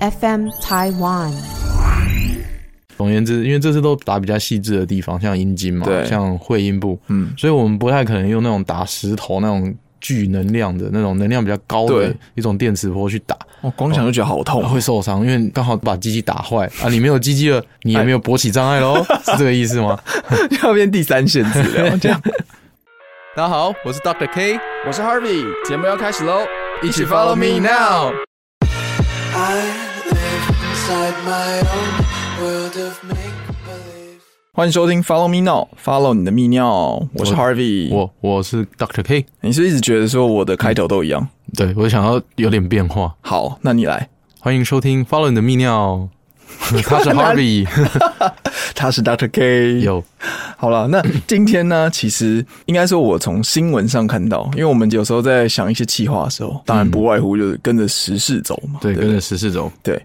FM Taiwan。总而言之，因为这次都打比较细致的地方，像阴茎嘛，对像会阴部，嗯，所以我们不太可能用那种打石头那种巨能量的那种能量比较高的对一种电磁波去打，我哦光想就觉得好痛，会受伤，因为刚好把鸡鸡打坏啊，你没有鸡鸡了，你也没有勃起障碍 喽，是这个意思吗？ 要变第三线治 疗这样。大家好，我是 Doctor K，我是 Harvey，节目要开始喽，一起 follow me now。 I live inside my own world of make believe. 欢迎收听 Follow Me Now，Follow 你的泌尿，我是 Harvey。我我是 Doctor K，你是不是一直觉得说我的开头都一样？对我想要有点变化，好，那你来。欢迎收听 Follow 你的泌 尿，他是你干嘛 Harvey， 他是 Doctor K。有好了， 那今天呢，其实应该说，我从新闻上看到，因为我们有时候在想一些企划的时候，当然不外乎就是跟着时事走嘛。对不跟着时事走，对，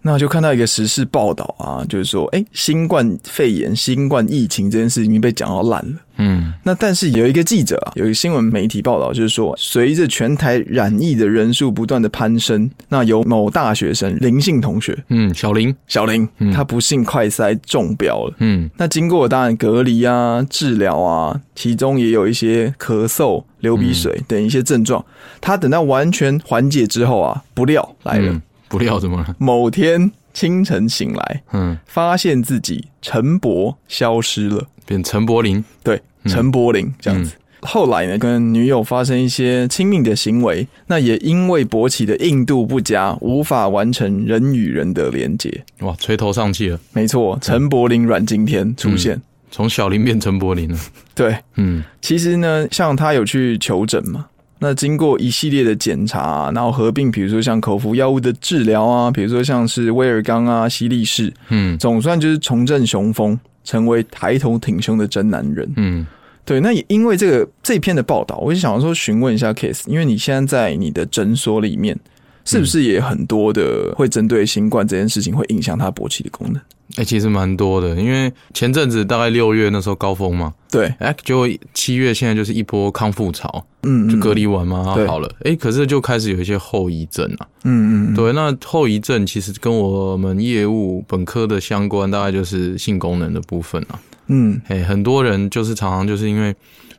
那我就看到一个时事报道啊，就是说，哎、新冠肺炎、新冠疫情这件事已经被讲到烂了。嗯，那但是有一个记者啊，有一个新闻媒体报道，就是说，随着全台染疫的人数不断的攀升，那有某大学生林姓同学嗯，小林，小林，他不幸快筛中标了。嗯那经过当然隔离啊、治疗啊，其中也有一些咳嗽、流鼻水等一些症状。他等到完全缓解之后啊，不料来了，嗯，不料怎么了？某天清晨醒来，嗯，发现自己陈伯消失了。变陈柏霖，对，陈柏霖这样子。后来呢，跟女友发生一些亲密的行为，那也因为勃起的硬度不佳，无法完成人与人的连接。哇，垂头丧气了，没错，陈柏霖阮经天出现。从小林变陈柏霖了，对，嗯其实呢，像他有去求诊嘛，那经过一系列的检查、然后合并，比如说像口服药物的治疗啊，比如说像是威尔刚啊、西力士，嗯总算就是重振雄风，成为抬头挺胸的真男人。嗯，对，那也因为这个这篇的报道，我就想说询问一下 Case，因为你现在在你的诊所里面，是嗯不是也很多的会针对新冠这件事情会影响他勃起的功能？哎、其实蛮多的，因为前阵子大概六月那时候高峰嘛，对，哎、结果七月现在就是一波康复潮，嗯，就嗯隔离完嘛，对好了，哎、可是就开始有一些后遗症啊。嗯嗯嗯，对，那后遗症其实跟我们业务本科的相关，大概就是性功能的部分啊。嗯，哎、很多人就是常常就是因为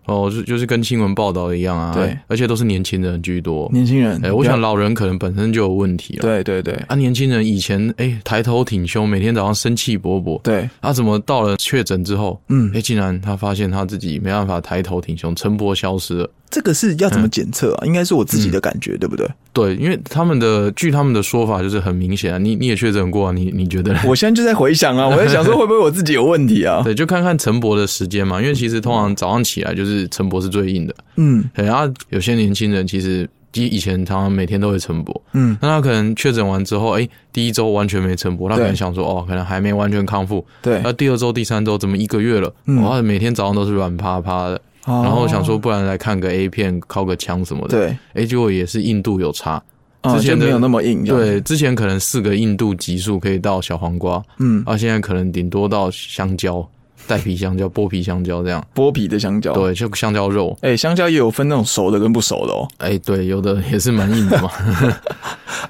哦，就就是跟新闻报道一样啊，对，而且都是年轻人居多。年轻人，哎、我想不要，老人可能本身就有问题了。对对对啊，年轻人以前哎、抬头挺胸，每天早上生气勃勃，对，啊，怎么到了确诊之后，嗯哎、，竟然他发现他自己没办法抬头挺胸，晨勃消失了。这个是要怎么嗯检测啊？应该是我自己的感觉，对不对？对，因为他们的据他们的说法就是很明显、啊，你你也确诊过、啊，你你觉得呢？ 我现在就在回想啊，我在想说会不会我自己有问题啊？对，就看看晨勃的时间嘛，因为其实通常早上起来就是晨勃是最硬的。嗯对，然后有些年轻人其实以以前常常每天都会晨勃，嗯，那他可能确诊完之后，哎、第一周完全没晨勃，他可能对想说哦，可能还没完全康复。对那，第二周、第三周怎么一个月了？嗯然后每天早上都是软趴趴的，然然后想说不然来看个 A 片、靠个枪什么的。哦对，哎、结果也是硬度有差。啊之前就的没有那么硬，这样，对，之前可能四个硬度级数可以到小黄瓜，嗯，啊，现在可能顶多到香蕉、带皮香蕉、剥皮香蕉这样。剥皮的香蕉，，对，就香蕉肉，哎，香蕉也有分那种熟的跟不熟的哦。哎、对，有的也是蛮硬的嘛，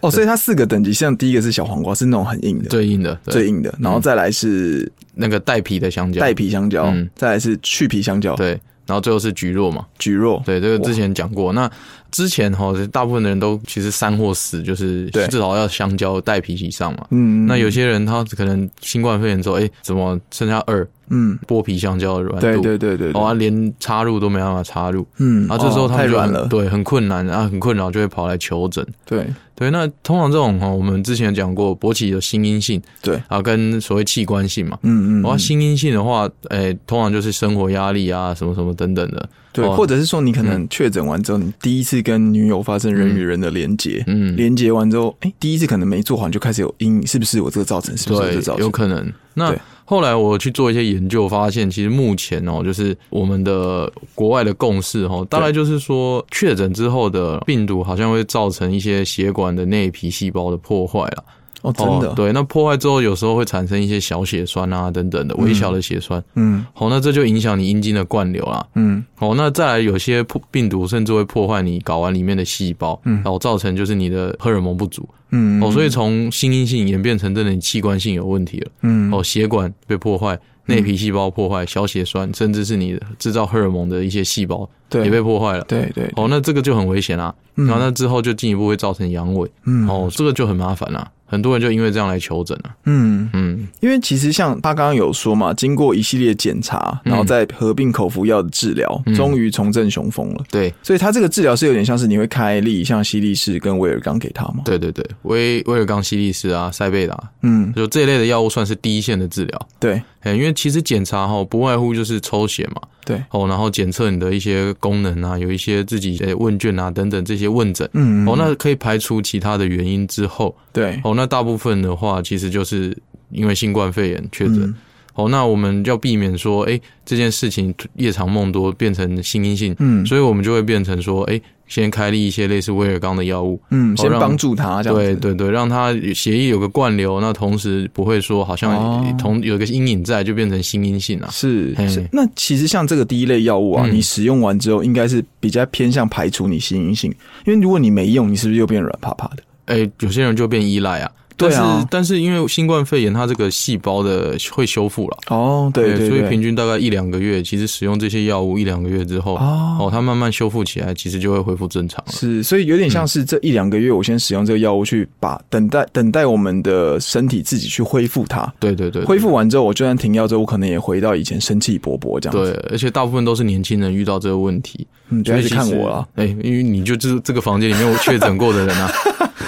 哦，所以它四个等级，像第一个是小黄瓜，是那种很硬的，最硬的，对嗯最硬的，然后再来是那个带皮的香蕉，带皮香蕉，嗯再来是去皮香蕉，对，然后最后是橘肉嘛，菊若，对，这个之前讲过。那之前哈，大部分的人都其实三或四，就是对至少要香蕉带皮以上嘛。嗯，那有些人他可能新冠肺炎之后，哎、怎么剩下二嗯，剥皮香蕉的软度？对对对对，对哦，啊，连插入都没办法插入，嗯，啊，这时候哦他太们就软很了，对，很困难，啊，很困扰，就会跑来求诊。对对，那通常这种哈，哦我们之前有讲过，勃起有心因性对，啊，跟所谓器官性嘛。嗯嗯，然后嗯心因性的话，诶、通常就是生活压力啊，什么什么等等的。对，哦或者是说你可能确诊完之后，你第一次跟女友发生人与人的连接，嗯，连接完之后，哎、第一次可能没做好，你就开始有阴影，是不是我这个造成？是不是我这个造对，有成？可能。那对后来我去做一些研究，发现其实目前哦，就是我们的国外的共识哦，大概就是说，确诊之后的病毒好像会造成一些血管的内皮细胞的破坏啦。哦，真的，哦，对，那破坏之后有时候会产生一些小血栓啊等等的微小的血栓，嗯好、那这就影响你阴茎的灌流啦。嗯哦，那再来有些破病毒甚至会破坏你睾丸里面的细胞，嗯然后造成就是你的荷尔蒙不足，嗯，哦，所以从心因性演变成真的你器官性有问题了，嗯哦，血管被破坏，内皮细胞破坏，小血栓，甚至是你制造荷尔蒙的一些细胞对也被破坏了，对对，哦，那这个就很危险啦、嗯然后那之后就进一步会造成阳痿，嗯哦，这个就很麻烦啦、啊很多人就因为这样来求诊啊，嗯，嗯，因为其实像他刚刚有说嘛，经过一系列检查，然后再合并口服药的治疗，嗯终于重振雄风了。对，所以他这个治疗是有点像是你会开立像西力士跟威尔刚给他嘛？对对对，威威尔刚西利斯啊、塞贝达，嗯，就这一类的药物算是第一线的治疗。对哎，因为其实检查哈，不外乎就是抽血嘛，对，哦，然后检测你的一些功能啊，有一些自己的问卷啊等等这些问诊。嗯，哦，那可以排除其他的原因之后，对，哦，那大部分的话其实就是因为新冠肺炎确诊。嗯哦，那我们要避免说，哎，这件事情夜长梦多变成心因性，嗯所以我们就会变成说，哎，先开立一些类似威尔刚的药物，嗯，哦先让帮助他这样对子。对对，让他协议有个灌流，那同时不会说好哦像同、有一个阴影在，就变成新阴性啊了、是嘿是，那其实像这个第一类药物啊，嗯你使用完之后，应该是比较偏向排除你心因性，因为如果你没用，你是不是又变软趴趴的？哎、有些人就变依赖啊。对但啊是、但是因为新冠肺炎，它这个细胞的会修复了，哦，对对所以对，平均大概一两个月，其实使用这些药物一两个月之后，哦，它慢慢修复起来，其实就会恢复正常了。是，所以有点像是这一两个月，我先使用这个药物去把等待等待我们的身体自己去恢复它。对对对，恢复完之后，我就算停药之后，我可能也回到以前生气勃勃这样对子。，而且大部分都是年轻人遇到这个问题，嗯，不所要以一直看其实我了，。哎、因为你就这这个房间里面我确诊过的人 啊，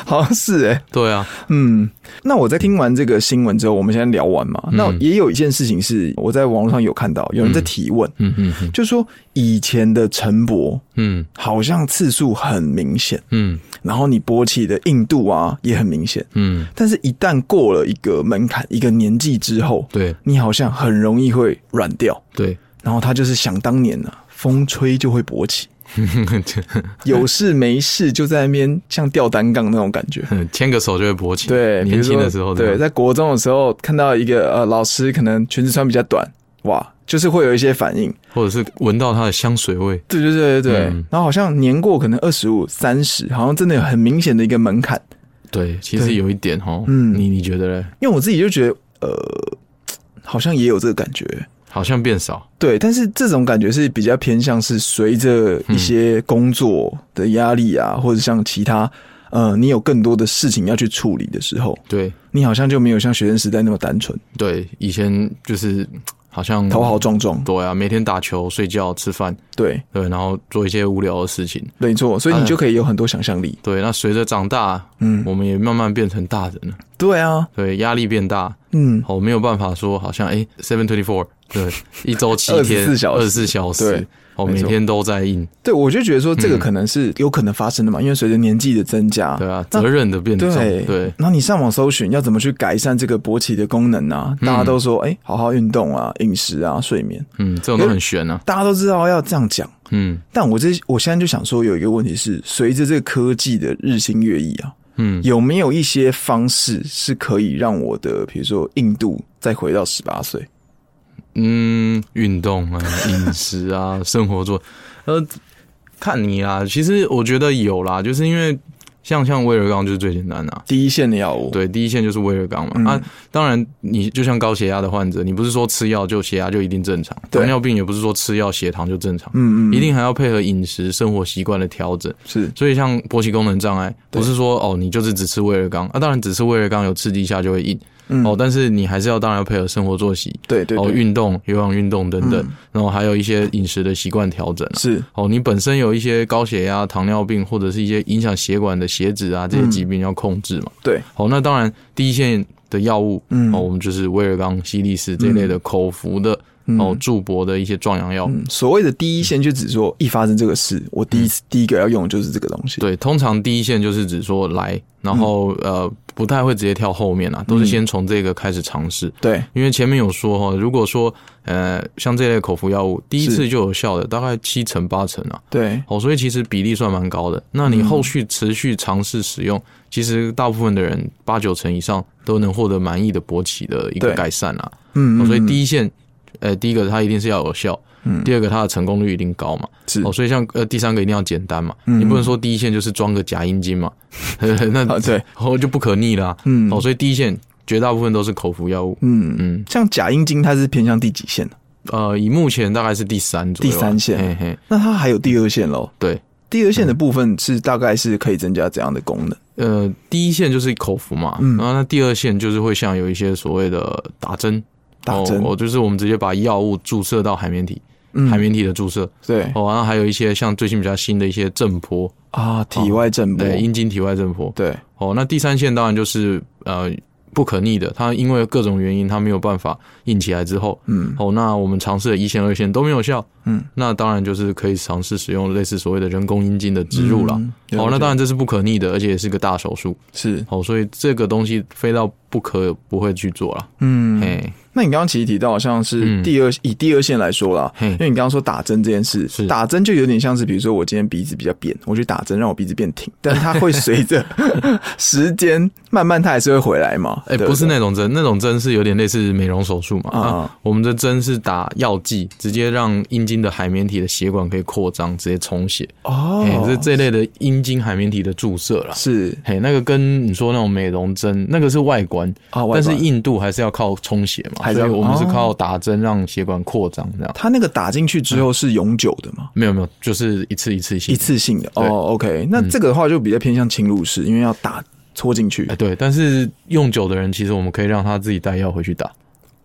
好像是哎、对啊，嗯，那我在听完这个新闻之后，我们现在聊完嘛，那嗯也有一件事情是我在网络上有看到有人在提问，嗯嗯嗯就说以前的晨勃嗯好像次数很明显，嗯然后你勃起的硬度啊也很明显，嗯，但是一旦过了一个门槛、一个年纪之后，对你好像很容易会软掉，对， 然后它就是想当年啊，风吹就会勃起，有事没事就在那边像吊单杠那种感觉。嗯，牵个手就会勃起。 对，比如年轻的说时候这对，样，在国中的时候看到一个呃老师可能裙子穿比较短，哇，就是会有一些反应。或者是闻到它的香水味。对对对对对，嗯然后好像年过可能二十五、三十，好像真的有很明显的一个门槛。对，其实对有一点哈，嗯你你觉得嘞？因为我自己就觉得呃，好像也有这个感觉。好像变少。对，但是这种感觉是比较偏向是随着一些工作的压力啊，或者像其他，呃，你有更多的事情要去处理的时候，对你好像就没有像学生时代那么单纯，对，以前就是好像头好撞撞。对啊，每天打球、睡觉、吃饭，对，对，然后做一些无聊的事情。没错，所以你哎就可以有很多想象力。对，那随着长大，嗯，我们也慢慢变成大人了。对啊，对，压力变大，嗯，哦，没有办法说好像哎，seven twenty four，对，一周七 天， 24小时二十四小时对，哦，没每错天都在硬，对，我就觉得说这个嗯可能是有可能发生的嘛，因为随着年纪的增加，对啊，那责任的变重，对对，然后嗯你上网搜寻要怎么去改善这个勃起的功能啊？大家都说，哎、好好运动啊，饮食啊，睡眠，嗯，这种都很悬啊，大家都知道要这样讲。嗯但我这我现在就想说，有一个问题是，随着这个科技的日新月异啊，嗯，有没有一些方式是可以让我的，比如说硬度再回到十八岁？嗯，运动啊，饮食啊，生活做，呃，看你啦。其实我觉得有啦，就是因为像像威尔刚就是最简单的、啊，第一线的药物，，对，第一线就是威尔刚嘛。嗯啊，当然你就像高血压的患者，你不是说吃药就血压就一定正常，对糖尿病也不是说吃药血糖就正常，嗯嗯，一定还要配合饮食生活习惯的调整。是，所以像勃起功能障碍，不是说哦你就是只吃威尔刚，啊，当然只吃威尔刚有刺激下就会硬、嗯，哦，但是你还是要当然要配合生活作息，对对哦，对，运动、有氧运动等等，嗯然后还有一些饮食的习惯调整、啊。是，哦，你本身有一些高血压、糖尿病，或者是一些影响血管的血脂啊，这嗯些疾病要控制嘛。对，好、那当然第一线的药物，嗯哦，我们就是威尔刚、西力士这一类的口服的，嗯哦，助勃的一些壮阳药。嗯，所谓的第一线就只说一发生这个嗯事，我第一次、第一个要用的就是这个东西。嗯对，通常第一线就是指说来，然后、呃，不太会直接跳后面啊，都是先从这个开始尝试。对，因为前面有说哈，如果说呃像这类口服药物第一次就有效的，大概七成八成啊，对，哦，所以其实比例算蛮高的。那嗯你后续持续尝试使用，其实大部分的人八九成以上都能获得满意的勃起的一个对改善啊。嗯哦所以第一一线，呃，第一个它一定是要有效，嗯第二个它的成功率一定高嘛。是哦，所以像呃第三个一定要简单嘛，嗯你不能说第一线就是装个假阴茎嘛， 那啊，对，后就不可逆啦、嗯哦，所以第一线绝大部分都是口服药物。嗯嗯，嗯，像假阴茎它是偏向第几线的？呃，以目前大概是第三左右啊。第三线嘿嘿，那它还有第二线喽？对，第二线嗯的部分是大概是可以增加怎样的功能？呃，第一线就是口服嘛，嗯然后那第二线就是会像有一些所谓的打针，打针哦，哦就是我们直接把药物注射到海绵体，嗯海绵体的注射，对哦，然后还有一些像最近比较新的一些震波，啊，体外震波，对，阴茎体外震波，对，哦，那第三线当然就是呃不可逆的，它因为各种原因它没有办法硬起来之后，嗯哦，那我们尝试的一线、二线都没有效，嗯，那当然就是可以尝试使用类似所谓的人工阴茎的植入啦。嗯哦，那了解当然这是不可逆的，而且也是个大手术。是，哦，所以这个东西非到不可不会去做了。嗯，嘿，那你刚刚其实提到，像是嗯第二以第二线来说啦，嘿因为你刚刚说打针这件事是，打针就有点像是，比如说我今天鼻子比较扁，我去打针让我鼻子变挺，但是它会随 着时间慢慢它还是会回来嘛？哎、对不是对那种针，那种针是有点类似美容手术嘛。啊啊，我们的针是打药剂，直接让阴茎的海绵体的血管可以扩张，直接充血。哎、哦，这这类的阴茎海绵体的注射啦。是嘿，那个跟你说那种美容针，那个是外观，啊，外但是观硬度还是要靠充血嘛，还是所要以我们是哦靠打针让血管扩张这样。它那个打进去之后是永久的吗？没有没有，就是一次一次性一。次性的嗯对嗯哦，OK，那这个的话就比较偏向侵入式，因为要打戳进去哎、对，但是用久的人，其实我们可以让他自己带药回去打。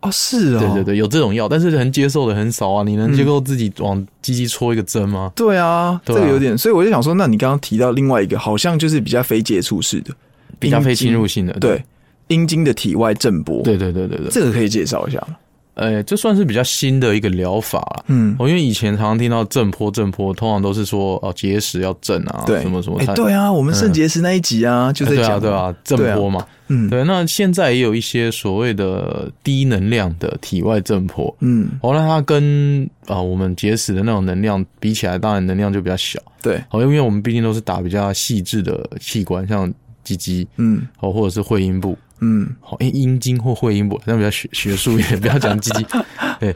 哦，是哦，对对对，有这种药，但是能接受的很少啊。你能接受自己往鸡鸡戳一个针吗？对啊，这对啊个有点，所以我就想说，那你刚刚提到另外一个，好像就是比较非接触式的，比较非侵入阴性的，茎，对，阴茎的体外震波，，对对对对对，这个可以介绍一下吗？呃，这算是比较新的一个疗法啦。嗯，哦，因为以前常常听到震波，震波通常都是说哦结石要震啊，对，什么什么，哎，它对啊，我们嗯肾结石那一集啊，就哎在对啊讲，对，啊，震波嘛，嗯对。那现在也有一些所谓的低能量的体外震波，嗯，哦，那它跟啊、呃我们结石的那种能量比起来，当然能量就比较小。对，哦，因为我们毕竟都是打比较细致的器官，像鸡鸡嗯哦，或者是会阴部，嗯，哦，诶阴茎或会阴部，那比较学学术一点， 不要讲鸡鸡。对，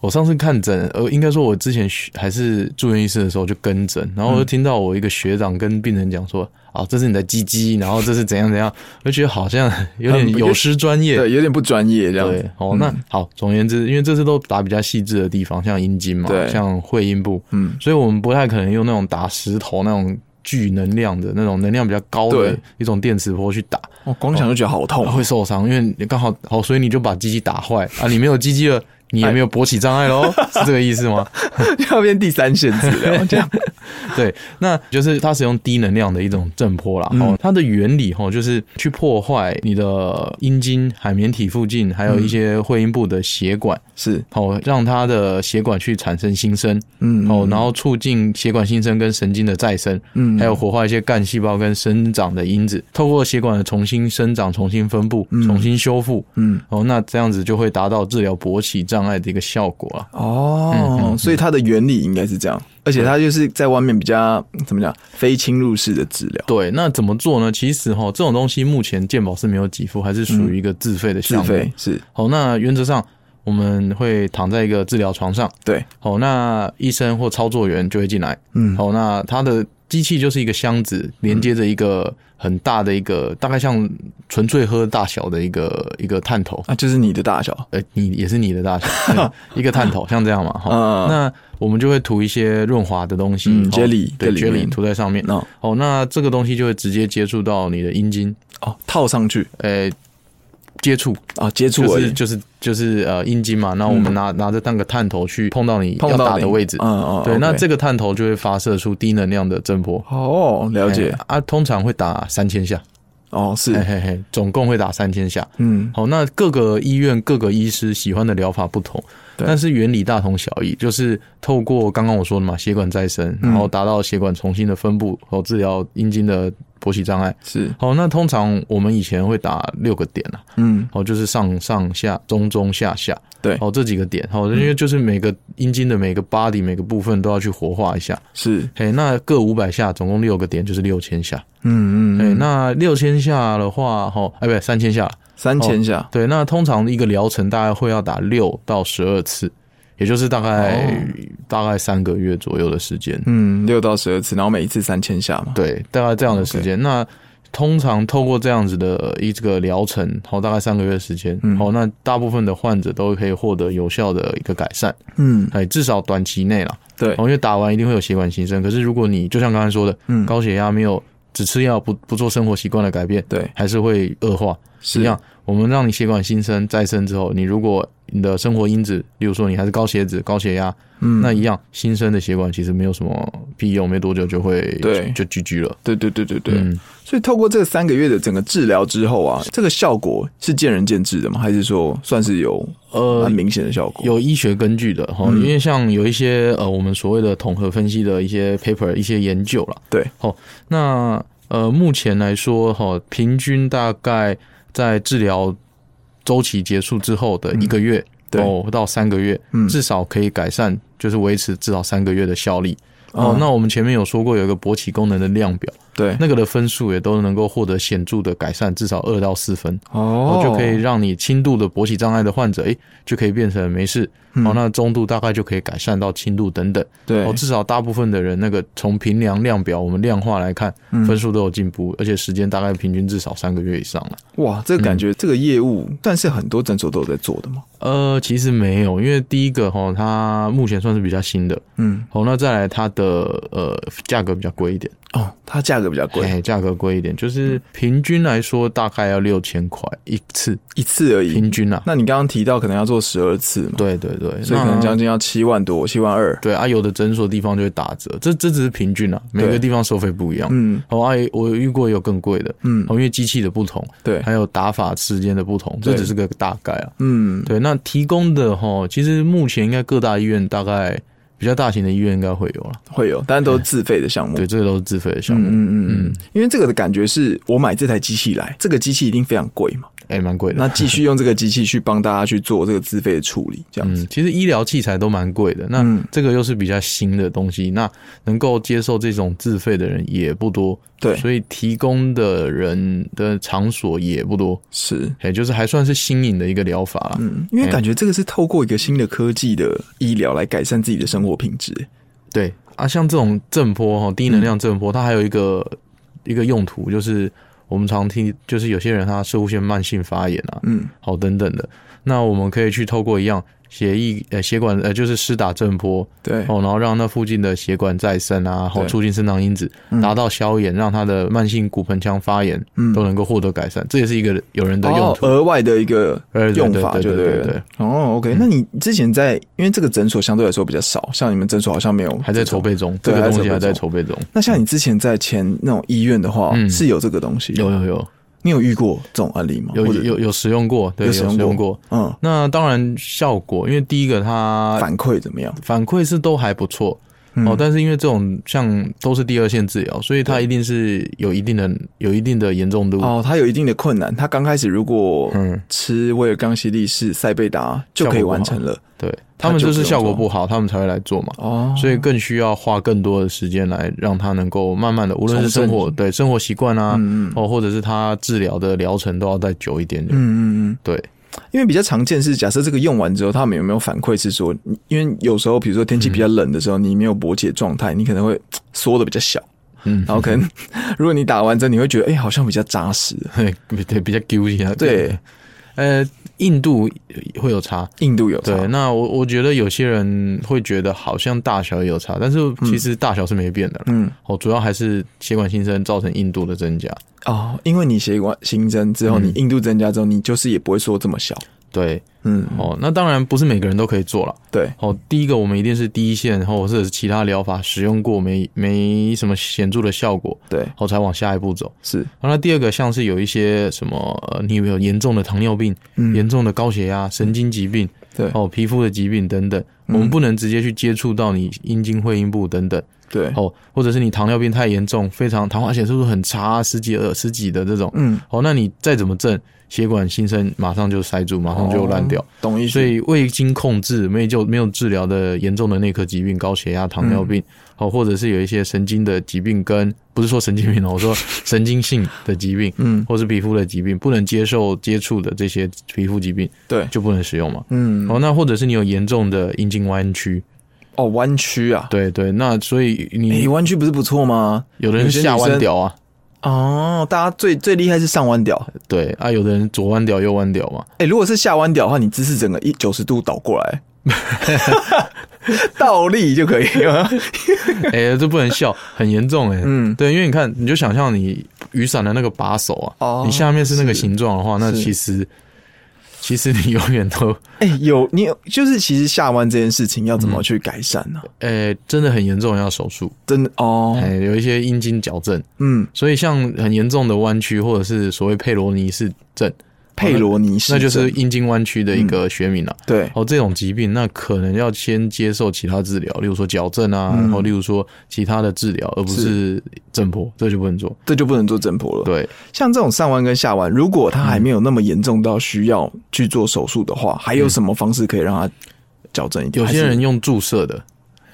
我上次看诊，呃，应该说我之前学还是住院医师的时候就跟诊，然后我就嗯听到我一个学长跟病人讲说，啊，这是你的鸡鸡，然后这是怎样怎样，我就觉得好像有点很不有失专业。对，有点不专业这样嗯对子，，哦，那好，总而言之，因为这次都打比较细致的地方，像阴茎嘛，对像会阴部，嗯，所以我们不太可能用那种打石头那种巨能量的那种能量比较高的对一种电磁波去打，我光想就觉得好痛，会受伤，因为你刚好好，所以你就把鸡鸡打坏啊，你没有鸡鸡了，你哎也没有勃起障碍 喽，是这个意思吗？ 要变第三线治 疗这样，对，那就是它使用低能量的一种震波嗯啦。哦，它的原理哦，就是去破坏你的阴茎、海绵体附近，还有一些嗯会阴部的血管，是，哦，让它的血管去产生新生，嗯，哦，然后促进血管新生跟神经的再生，嗯还有活化一些干细胞跟生长的因子，透过血管的重新生长、重新分布、重新修复，嗯，哦，那这样子就会达到治疗勃起障碍的一个效果啊。嗯哦，嗯所以它的原理应该是这样，而且它就是在外面比较嗯怎么讲，非侵入式的治疗，对，那怎么做呢？其实哈、这种东西目前健保是没有给付，还是属于一个自费的嗯自项目。费是好、那原则上我们会躺在一个治疗床上，对，好、那医生或操作员就会进来，嗯，好、那它的机器就是一个箱子，连接着一个很大的一个，大概像纯粹喝大小的一个一个探头，啊，就是你的大小，呃，你也是你的大小，对一个探头，像这样嘛，哈、嗯那我们就会涂一些润滑的东西、嗯哦 jelly 对在里面 jelly 涂在上面。那哦，那这个东西就会直接接触到你的阴茎，哦套上去呃，接触啊，接触就而是已，嗯就是就是呃阴茎嘛，那我们拿、拿着那个探头去碰到你碰要到打你的位置，嗯嗯，对 OK 那这个探头就会发射出低能量的震波。哦了解哎啊，通常会打三千下，哦是嘿，嘿嘿，总共会打三千下。嗯好，那各个医院各个医师喜欢的疗法不同，对但是原理大同小异，就是透过刚刚我说的嘛，血管再生，嗯然后达到血管重新的分布，然后治疗阴茎的勃起障碍。是，好，那通常我们以前会打六个点啊，嗯，哦，就是上上下中中下下，对哦这几个点，哦，因为就是每个阴茎的每个 body 每个部分都要去活化一下，是，嘿，那各五百下，总共六个点就是六千下，嗯嗯，对，嗯那六千下的话，哦，哎，不对，哦三千下，三千下，对，那通常一个疗程大概会要打六到十二次，也就是大概、哦大概三个月左右的时间，嗯，六到十二次，然后每一次三千下嘛，对，大概这样的时间。那通常透过这样子的一个疗程，好，大概三个月的时间，嗯好，那大部分的患者都可以获得有效的一个改善，嗯，哎，至少短期内啦，对哦，因为打完一定会有血管新生，可是如果你就像刚才说的，嗯，高血压没有只吃药不不做生活习惯的改变，对，还是会恶化。是一样，我们让你血管新生再生之后，你如果你的生活因子，例如说你还是高血脂、高血压，嗯，那一样新生的血管其实没有什么屁用，没多久就会对就就 GG 了。对对对对对，嗯所以透过这三个月的整个治疗之后啊，这个效果是见仁见智的吗？还是说算是有呃蛮，明显的效果？有医学根据的哈，嗯因为像有一些呃，我们所谓的统合分析的一些 paper、一些研究啦。对，哦，那呃，目前来说哈，平均大概在治疗周期结束之后的一个嗯月、对哦到三个月，嗯至少可以改善，就是维持至少三个月的效力。哦嗯，那我们前面有说过有一个勃起功能的量表，对那个的分数也都能够获得显著的改善，至少二到四分。哦，哦就可以让你轻度的勃起障碍的患者，诶、就可以变成没事。嗯哦，那中度大概就可以改善到轻度等等。对哦，至少大部分的人那个从平量量表我们量化来看，嗯分数都有进步，而且时间大概平均至少三个月以上了。哇，这个感嗯觉、这个业务算是很多诊所都有在做的嘛。呃，其实没有，因为第一个哈、哦，它目前算是比较新的。嗯，哦，那再来它的呃价格比较贵一点，哦，它价格比较贵，嗯哎，价格贵一点，就是平均来说大概要六千块一次，一次而已。平均啊。嗯那你刚刚提到可能要做十二次嘛，对对对，所以可能那将近要七万多，七万二。对啊，有的诊所地方就会打折，这这只是平均啊，每对个地方收费不一样。嗯哦，啊，我遇过有更贵的，嗯哦，因为机器的不同，对，还有打法时间的不同，对这只是个大概啊。嗯对，那提供的哈，其实目前应该各大医院大概比较大型的医院应该会有了。会有，但是都是自费的项目。对，这个都是自费的项嗯目，嗯嗯嗯，因为这个的感觉是我买这台机器来，这个机器一定非常贵嘛，哎、蛮贵的那。继续用这个机器去帮大家去做这个自费的处理，这样子。嗯，其实医疗器材都蛮贵的，那嗯这个又是比较新的东西，那能够接受这种自费的人也不多，对，所以提供的人的场所也不多。是，也就是还算是新颖的一个疗法啦。嗯，因为感觉这个是透过一个新的科技的医疗来改善自己的生活品质。对啊，像这种震波哈，低能量震波，它还有一个一个用途，就是我们常听，就是有些人他射物腺慢性发炎啊，嗯，好等等的。那我们可以去透过一样血液呃血管呃就是施打震波对，哦，然后让那附近的血管再生啊，好对促进生长因子，达到消炎，让他的慢性骨盆腔发炎嗯都能够获得改善，这也是一个有人的用哦，途。额外的一个呃对用对法，对就对对对了对。嗯哦，OK，那你之前在，因为这个诊所相对来说比较少，像你们诊所好像没有，还在筹。备中，对这个东西还还在在筹筹备中。那像你之前在前那种医院的话，嗯是有这个东西，有，有有你有遇过这种案例吗？有或者有有使用过，对，有有使使用过用过。嗯，那当然效果，因为第一个它反馈怎么样？反馈是都还不错、嗯哦，但是因为这种像都是第二线治疗，所以它一定是有一定的有一定的严重度。哦，他有一定的困难。他刚开始如果嗯，吃威尔刚西利士、塞贝达就可以完成了。对它他们就是就不用效果不好，他们才会来做嘛。哦，所以更需要花更多的时间来让他能够慢慢的，无论是生重活振对生活习惯啊，嗯嗯哦，或者是他治疗的疗程都要再久一点点。嗯嗯对，嗯，因为比较常见是，假设这个用完之后，他们有没有反馈是说，你因为有时候比如说天气比较冷的时候，你没有勃起的状态，你可能会嘖缩的比较小，嗯，然后可能如果你打完针，你会觉得哎、好像比较扎实。对对比较纠结啊。对，呃，硬度会有差。印度有差对，那我我觉得有些人会觉得好像大小也有差，但是其实大小是没变的啦。嗯哦，主要还是血管新生造成硬度的增加。哦，因为你写完新增之后，嗯你硬度增加之后，你就是也不会缩这么小。对，嗯，哦，那当然不是每个人都可以做了。对，哦，第一个我们一定是第一线，或者是其他疗法使用过没没什么显著的效果，对，哦，才往下一步走。是，好那第二个像是有一些什么，呃，你有没有严重的糖尿病、嗯严重的高血压、神经疾病，对嗯哦，皮肤的疾病等等，我们不能直接去接触到你阴茎、会阴部等等，对，哦，或者是你糖尿病太严重，非常糖化血色素很差，十几二十几的这种，嗯，哦，那你再怎么正，血管新生马上就塞住，马上就烂掉。哦，懂意思？所以未经控制、没就没有治疗的严重的内科疾病，高血压、糖嗯尿病，哦、或者是有一些神经的疾病跟，不是说神经病哦，我说神经性的疾病，嗯，或是皮肤的疾病，不能接受接触的这些皮肤疾病对，就不能使用嘛。嗯，哦，那或者是你有严重的阴茎弯曲，哦，弯曲啊，对对，那所以诶，你弯曲不是不错吗？有的人有些是女下弯生屌啊，哦，大家最最厉害是上弯屌。对啊，有的人左弯屌、右弯屌嘛，哎、如果是下弯屌的话，你姿势整个一九十度倒过来， 倒立就可以 了。哎、这不能笑，很严重哎、嗯对，因为你看，你就想象你雨伞的那个把手啊，哦你下面是那个形状的话，那是其实其实你永远都， 哎、有你有，就是其实下弯这件事情要怎么去改善呢、哎、真的很严重要手术，真的哦哎、，有一些阴茎矫正，嗯，所以像很严重的弯曲或者是所谓佩罗尼氏症，佩罗尼氏哦那症嗯就是阴茎弯曲的一个学名了、啊。对哦，这种疾病，那可能要先接受其他治疗，例如说矫正啊，嗯然后例如说其他的治疗，而不是震波，这就不能做。这就不能做正坡了。对，像这种上弯跟下弯，如果它还没有那么严重到需要去做手术的话，还有什么方式可以让它矫正一嗯点？有些人用注射的，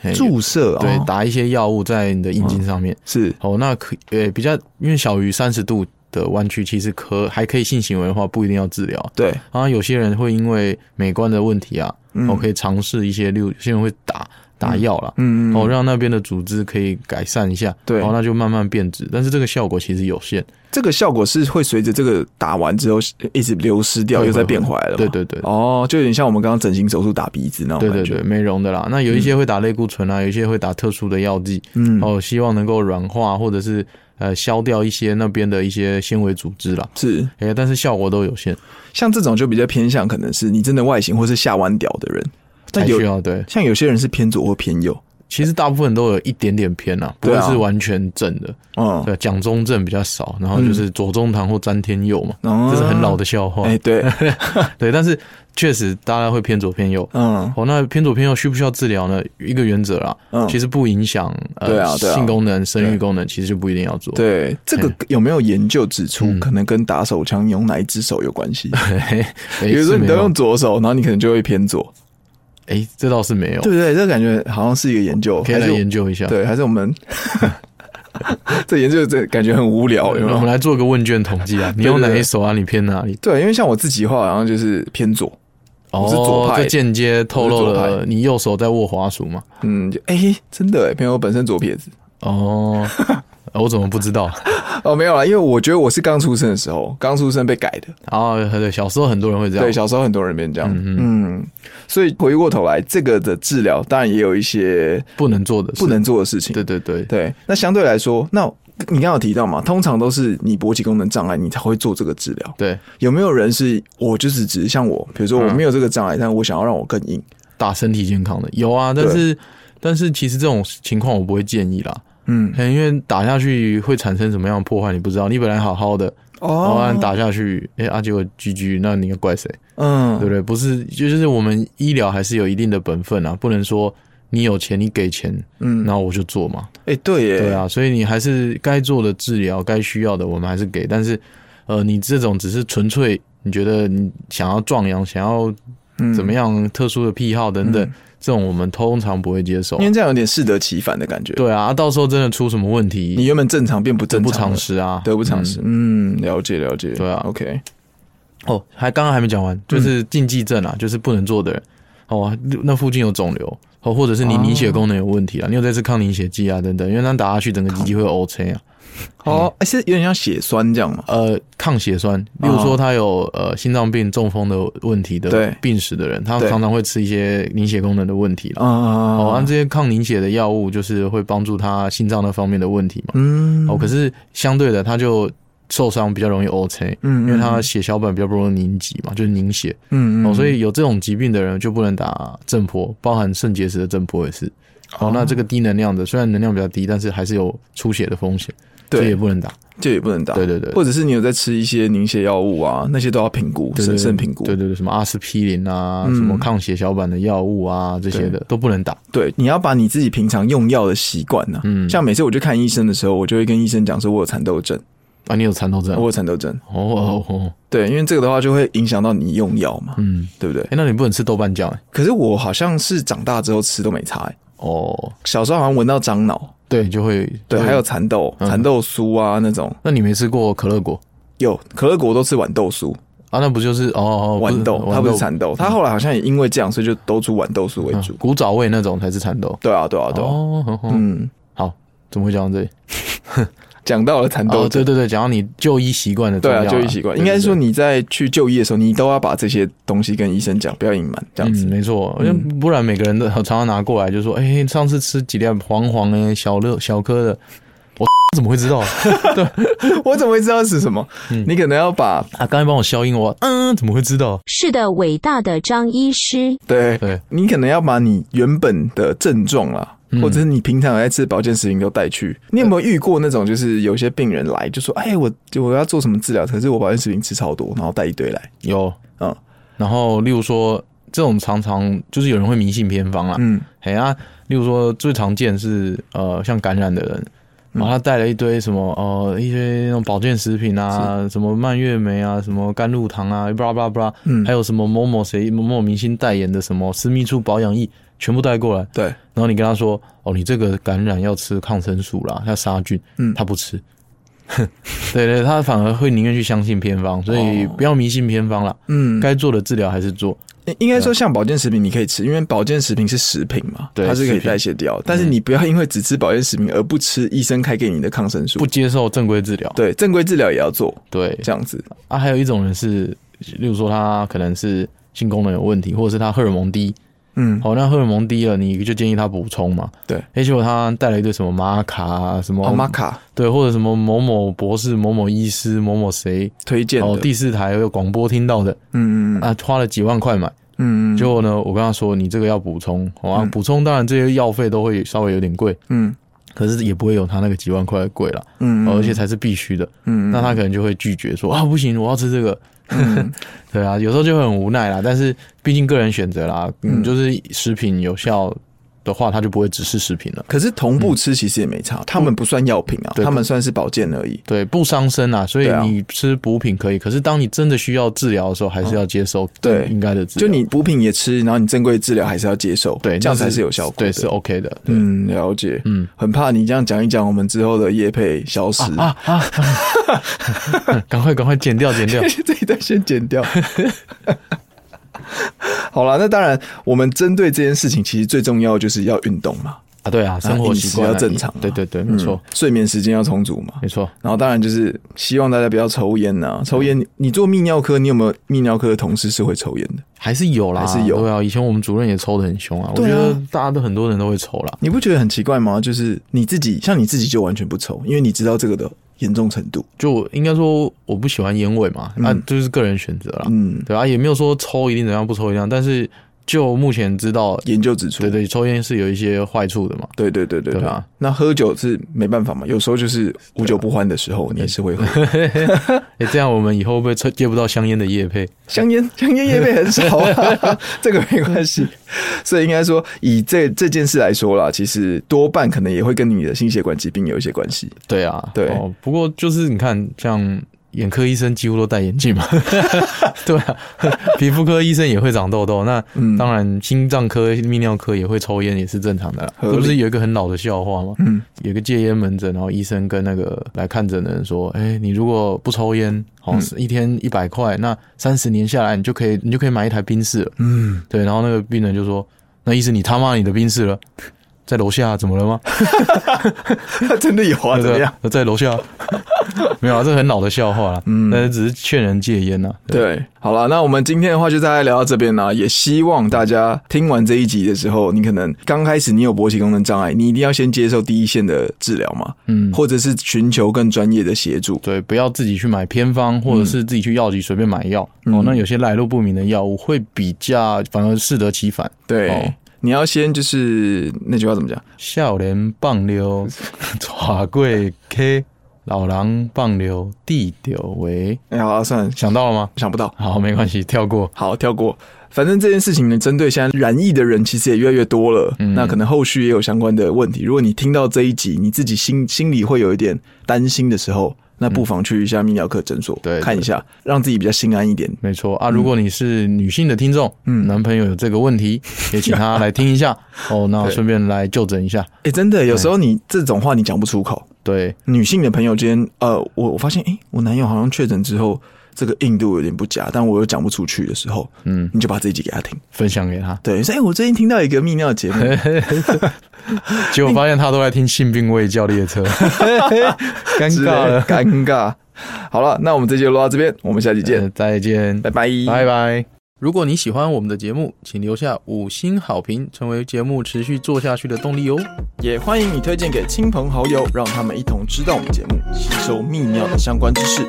嘿还是注射、哦，嗯对，打一些药物在你的阴茎上面。是哦，那可呃比较，因为小于三十度的弯曲，其实可还可以性行为的话，不一定要治疗。对，然后有些人会因为美观的问题啊，嗯哦可以尝试一些，例如有些人会打打药啦，嗯，哦哦，让那边的组织可以改善一下，对哦那就慢慢变质，但是这个效果其实有限。这个效果是会随着这个打完之后一直流失掉，会又再变回来了嘛。对对对。哦，就有点像我们刚刚整形手术打鼻子那种对感对觉。对，美容的啦。那有一些会打类固醇啊，有一些会打特殊的药剂，嗯，哦，希望能够软化或者是呃消掉一些那边的一些纤维组织啦。是哎、但是效果都有限，像这种就比较偏向可能是你真的外形或是下弯屌的人，但才需有要对。像有些人是偏左或偏右，其实大部分都有一点点偏啦，不对会啊是完全正的。嗯，对，蒋中正比较少，然后就是左中堂或詹天佑嘛，哦这是很老的笑话。嗯 哎、对，对，但是确实大家会偏左偏右。嗯哦，那偏左偏右需不需要治疗呢？一个原则啦，啊嗯，其实不影响呃对啊对啊性功能、生育功能，其实就不一定要做。对，这个有没有研究指出，嗯可能跟打手枪用哪一只手有关 系？嘿，比如说你都用哎，左手，然后你可能就会偏左，哎、这倒是没有，对不对？这感觉好像是一个研究，可以还来是研究一下。 对，还是我们这研究这感觉很无聊，哦有没我们有？来做个问卷统 计啊，你用哪一手啊？你偏哪里？对，因为像我自己的话，好像就是偏左，我是左哦，派这间接透露我是左了你右手在握滑鼠嘛？嗯，就哎、真的哎，朋友本身左撇子哦， 呃我怎么不知道？哦，没有啦，因为我觉得我是刚出生的时候，刚出生被改的，然后啊对，小时候很多人会这样，对，小时候很多人变这样，嗯，所以回过头来，这个的治疗当然也有一些不能做的事，不，能做的事情，对对对，对，那相对来说，那你刚刚有提到嘛，通常都是你勃起功能障碍，你才会做这个治疗。对，有没有人是我就是只是像我，比如说我没有这个障碍，但我想要让我更硬，打身体健康的有啊，但是但是其实这种情况我不会建议啦，嗯，因为打下去会产生什么样的破坏你不知道，你本来好好的，哦然后哦按打下去，哎、啊结果 GG，那你要怪谁？嗯，对不对？不是，就是我们医疗还是有一定的本分啊，不能说你有钱你给钱，嗯然后我就做嘛，哎、对耶，对，啊，所以你还是该做的治疗，该需要的我们还是给，但是，呃，你这种只是纯粹你觉得你想要壮阳，想要嗯怎么？样特殊的癖好等等，嗯这种我们通常不会接受因。为这样有点适得其反的感觉。，对啊，到时候真的出什么问题，你原本正常变不得正不常偿了，失啊，得不偿失。嗯，了解了解。对啊，OK，嗯。哦，还刚刚还没讲嗯完，就是禁忌症啊，就是不能做的人。哦，那附近有肿瘤，哦，或者是你凝血功能有问题啊，你有在吃抗凝血剂啊等等，因为那打下去整个机器会 O C 啊。哦，哎、是有点像血栓这样嘛？呃抗血栓，例如说他有、呃心脏病、中风的问题哦对的病史的人，他对常常会吃一些凝血功能的问题了。啊、哦，按这些抗凝血的药物，就是会帮助他心脏那方面的问题嘛。嗯，哦，可是相对的，他就受伤比较容易 O C，嗯，嗯，因为他血小板比较不容易凝集嘛，就是凝血。嗯，嗯哦，所以有这种疾病的人就不能打正坡，包含肾结哦石的正坡也是。哦，那这个低能量的虽然能量比较低，但是还是有出血的风险。对这也不能打，就也不能打。对对对或者是你有在吃一些凝血药物啊，那些都要评估，对对审对慎评估。对对对，什么阿司匹林啊，嗯什么抗血小板的药物啊，这些的都不能打。对，你要把你自己平常用药的习惯呢，嗯像每次我去看医生的时候，我就会跟医生讲说，我有蚕豆症，啊，你有蚕豆症我哦有蚕豆症。哦哦，对，因为这个的话就会影响到你用药嘛，嗯，对不对哎？，那你不能吃豆瓣酱哎。可是我好像是长大之后吃都没差、欸，哦，小时候好像闻到樟脑，对，就会对，还有。蚕豆、嗯蚕豆酥啊那种，那你没吃过可乐果有可乐果都吃豌豆酥，啊？那不就是哦哦，豌豆，它不是蚕豆，它后来好像也因为这样，所以就都出豌豆酥为嗯主。古早味那种才是蚕豆。对啊，对啊，对啊，哦，哦哦嗯，好，怎么会讲到这里？讲到了蚕豆哦，对症，对对，讲到你就医习惯的重对要啊，啦，就医习惯，应该是说对你在去就医的时候，你都要把这些东西跟医生讲，不要隐瞒，这样对对子嗯，。没错，因为不然每个人都 常常拿过来就说，哎，上次吃几粒黄黄的小乐小颗的，我 怎么会知道啊？嗯 我怎么会知道是什么？你可能要把啊，刚才帮我消音，我嗯，怎么会知道？是的，伟大的张医师。对，对，嗯你可能要把你原本的症状啦，或者是你平常有在吃的保健食品都带去。你有没有遇过那种，就是有些病人来就说：“哎，我我要做什么治疗？”可是我保健食品吃超多，然后带一堆来。有，嗯然后例如说这种常常就是有人会迷信偏方啦，嗯，哎呀、啊，例如说最常见是呃，像感染的人，嗯然后他带了一堆什么呃一些那种保健食品啊，什么蔓越莓啊，什么甘露糖啊，巴拉巴拉巴拉，嗯还有什么某某谁某某明星代言的什么私密处保养液，全部带过来，对，然后你跟他说哦，你这个感染要吃抗生素啦，要杀菌，嗯他不吃。 对对，他反而会宁愿去相信偏方，所以哦不要迷信偏方啦。嗯，该做的治疗还是做。应应该说，像保健食品你可以吃，因为保健食品是食品嘛，对嗯它是可以食品代谢掉。但是你不要因为只吃保健食品而不吃医生开给你的抗生素不，接受正规治疗。对，正规治疗也要做，对这样子。啊，还有一种人是，例如说他可能是性功能有问题，或者是他荷尔蒙低。嗯，好、那荷尔蒙低了，你就建议他补充嘛。对，哦而且他带了一堆什么玛卡啊，什么、阿玛卡对，或者什么某某博士、某某医师、某某谁，推荐哦，的，第四台有广播听到的，嗯嗯啊，花了几万块买。嗯结果呢，我跟他说你这个要补充，好、啊，嗯补充当然这些药费都会稍微有点贵，嗯可是也不会有他那个几万块贵了、嗯哦而且才是必须的。嗯那他可能就会拒绝说啊，不行，我要吃这个。对啊，有时候就会很无奈啦。但是毕竟个人选择啦，嗯，就是食品有效的话，它就不会只是食品了。 可是同步吃其实也没差，他们不算药品啊，嗯对他们算是保健而已。对，不伤身啊，所以对啊你吃补品可以，可是当你真的需要治疗的时候，还是要接受对应该的治疗。就你补品也吃，然后你正规治疗还是要接受，啊对，这样那才是有效果的。对，是 OK 的。对，嗯，了解。嗯很怕你这样讲一讲，我们之后的业配消失。啊啊， 啊赶快赶快剪掉剪掉 这一段先剪掉。 好了，那当然，我们针对这件事情，其实最重要就是要运动嘛，啊，对啊，生活饮习食惯啊要正常啊对对对，没错嗯睡眠时间要充足嘛。没错。然后当然就是希望大家不要抽烟呐、抽嗯烟，你你做泌尿科，你有没有泌尿科的同事是会抽烟的？还是有啦，还是有对啊，以前我们主任也抽的很凶啊，我对觉啊得大家都很多人都会抽啦。你不觉得很奇怪吗？就是你自己，像你自己就完全不抽，因为你知道这个的严重程度。就我应该说我不喜欢烟味嘛，那、就是个人选择啦，嗯，对啊，也没有说抽一定怎样，不抽一定怎样，但是就目前知道，研究指出，对对，抽烟是有一些坏处的嘛，对对对对对对啊那喝酒是没办法嘛，有时候就是无酒不欢的时啊候，你也是会喝。哎、这样我们以后会不会抽接不到香烟的叶配？香烟， 香烟也被很 少、啊，这个没关系。所以应该说，以这这件事来说啦，其实多半可能也会跟你的心血管疾病有一些关系。对啊，对哦，不过就是你看，像眼科医生几乎都戴眼镜 嘛，对啊， 皮肤科医生也会长痘痘，那嗯当然心脏科、泌尿科也会抽烟，也是正常的啦。合理这不是有一个很老的笑话吗？嗯， 有一个戒烟门诊，然后医生跟那个来看诊的人说：“哎、你如果不抽烟，好、哦，嗯一天一百块，那三十年下来，你就可以你就可以买一台宾士了。”嗯，对，然后那个病人就说：“那医生，你他妈你的宾士了，在楼下啊怎么了吗？”真的有啊，怎么样？ 在楼下没有啊，这很老的笑话啦。嗯，但是只是劝人戒烟呐、啊。对，好了，那我们今天的话就大概聊到这边啦。也希望大家听完这一集的时候，你可能刚开始你有勃起功能障碍，你一定要先接受第一线的治疗嘛，嗯，或者是寻求更专业的协助。对，不要自己去买偏方，嗯或者是自己去药局随便买药。哦，那有些来路不明的药物会比较，反而适得其反。对，哦你要先就是那句话怎么讲？ 笑脸棒溜，爪贵 K，老狼棒流地柳为，哎、好、啊，算了，想到了吗？想不到，好，没关系，跳过。好，跳过。反正这件事情呢，针对现在染疫的人其实也越来越多了，嗯那可能后续也有相关的问题。如果你听到这一集，你自己心心里会有一点担心的时候，那不妨去一下泌尿科诊所、嗯对看一下，让自己比较心安一点。没错啊，如果你是女性的听众，嗯，男朋友有这个问题，也请他来听一 下哦。那对顺便来就诊一下。哎、真的，有时候你这种话你讲不出口。对，女性的朋友间，呃，我我发现，哎、我男友好像确诊之后，这个硬度有点不佳，但我又讲不出去的时候，嗯，你就把这一集给他听。分享给他，对，所以、诶我最近听到一个泌尿 节目，结果发现他都在听性病卫教列车， 尴之类尬了。尴尬。好了，那我们这集就录到这边，我们下期见，呃再见，拜拜，拜拜。如果你喜欢我们的节目，请留下五星好评，成为节目持续做下去的动力哦。也欢迎你推荐给亲朋好友，让他们一同知道我们节目，吸收泌尿的相关知识。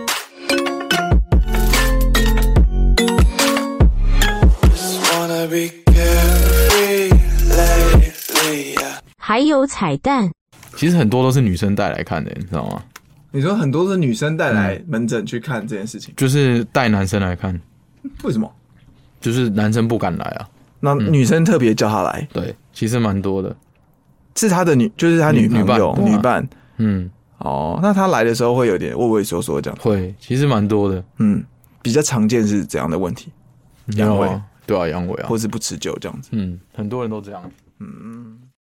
Just wanna be carefree lately, yeah. 还有彩蛋。其实很多都是女生带来看的，你知道吗？你说很多的女生带来门诊去看这件事情，就是带男生来看，为什么？就是男生不敢来啊。那女生特别叫他来，对，其实蛮多的。是他的女，就是他女女女朋伴友、对啊女伴。嗯，哦，那他来的时候会有点畏畏缩缩这样，会，其实蛮多的。嗯，比较常见是怎样的问题，阳阳痿痿，对啊，阳痿啊或，是不持久这样子。嗯，很多人都这样。嗯，